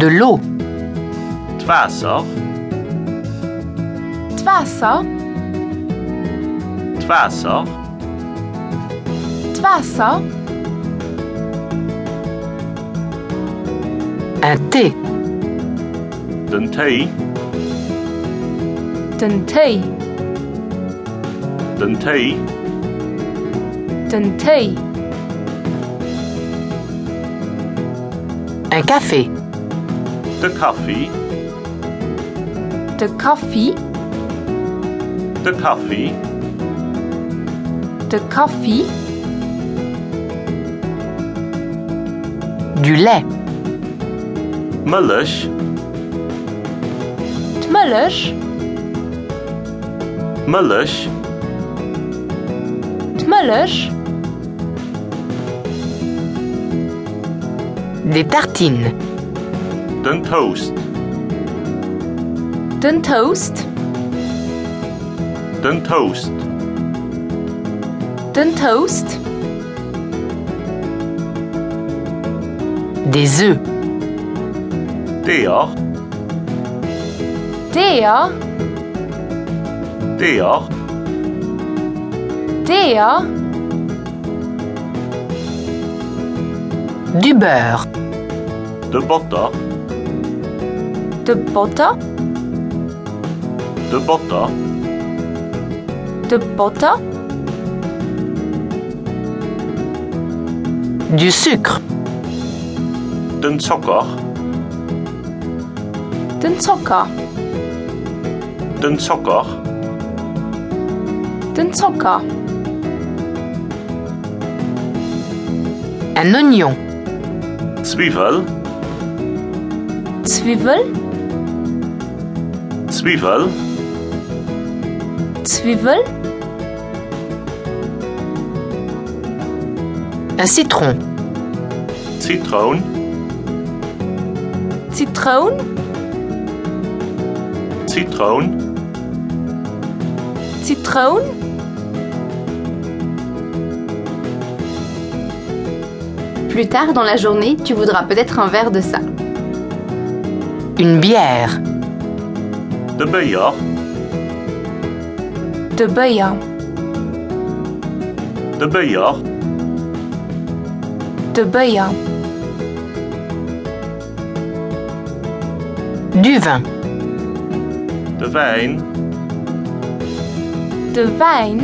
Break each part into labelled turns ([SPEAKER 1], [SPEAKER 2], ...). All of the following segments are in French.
[SPEAKER 1] De l'eau.
[SPEAKER 2] Het water.
[SPEAKER 3] Het water.
[SPEAKER 2] Het water.
[SPEAKER 3] Het water.
[SPEAKER 1] Un thé.
[SPEAKER 2] Een thee.
[SPEAKER 3] Den thee.
[SPEAKER 2] Een thee.
[SPEAKER 3] Den thee.
[SPEAKER 1] Un café.
[SPEAKER 2] De koffie.
[SPEAKER 3] De koffie.
[SPEAKER 2] De koffie.
[SPEAKER 3] De koffie.
[SPEAKER 1] Du lait.
[SPEAKER 2] Melk.
[SPEAKER 3] Het melk.
[SPEAKER 2] Melk.
[SPEAKER 3] Het melk.
[SPEAKER 1] Des tartines.
[SPEAKER 2] De toast.
[SPEAKER 3] Den toast.
[SPEAKER 2] De toast.
[SPEAKER 3] Den toast.
[SPEAKER 1] Des œufs.
[SPEAKER 2] Der.
[SPEAKER 3] Der.
[SPEAKER 2] Der.
[SPEAKER 3] Der.
[SPEAKER 1] Du beurre.
[SPEAKER 2] De botter.
[SPEAKER 3] De botter.
[SPEAKER 2] De botter.
[SPEAKER 3] De botter.
[SPEAKER 1] Du sucre.
[SPEAKER 2] De suiker.
[SPEAKER 3] Den zucker.
[SPEAKER 2] De suiker.
[SPEAKER 3] Den zucker.
[SPEAKER 1] Un oignon.
[SPEAKER 2] Zwiebel.
[SPEAKER 3] Zwiebel.
[SPEAKER 2] Zwiebel.
[SPEAKER 3] Zwiebel.
[SPEAKER 1] Un citron.
[SPEAKER 2] Citroen.
[SPEAKER 3] Zitroen.
[SPEAKER 2] Citroen.
[SPEAKER 3] Zitroen.
[SPEAKER 4] Plus tard dans la journée, tu voudras peut-être un verre de ça.
[SPEAKER 1] Une bière.
[SPEAKER 2] De bier.
[SPEAKER 3] De beer.
[SPEAKER 2] De bier.
[SPEAKER 3] De beer.
[SPEAKER 1] Du vin.
[SPEAKER 2] De wijn.
[SPEAKER 3] De wijn.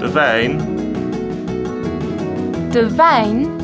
[SPEAKER 2] De wijn.
[SPEAKER 3] De wijn.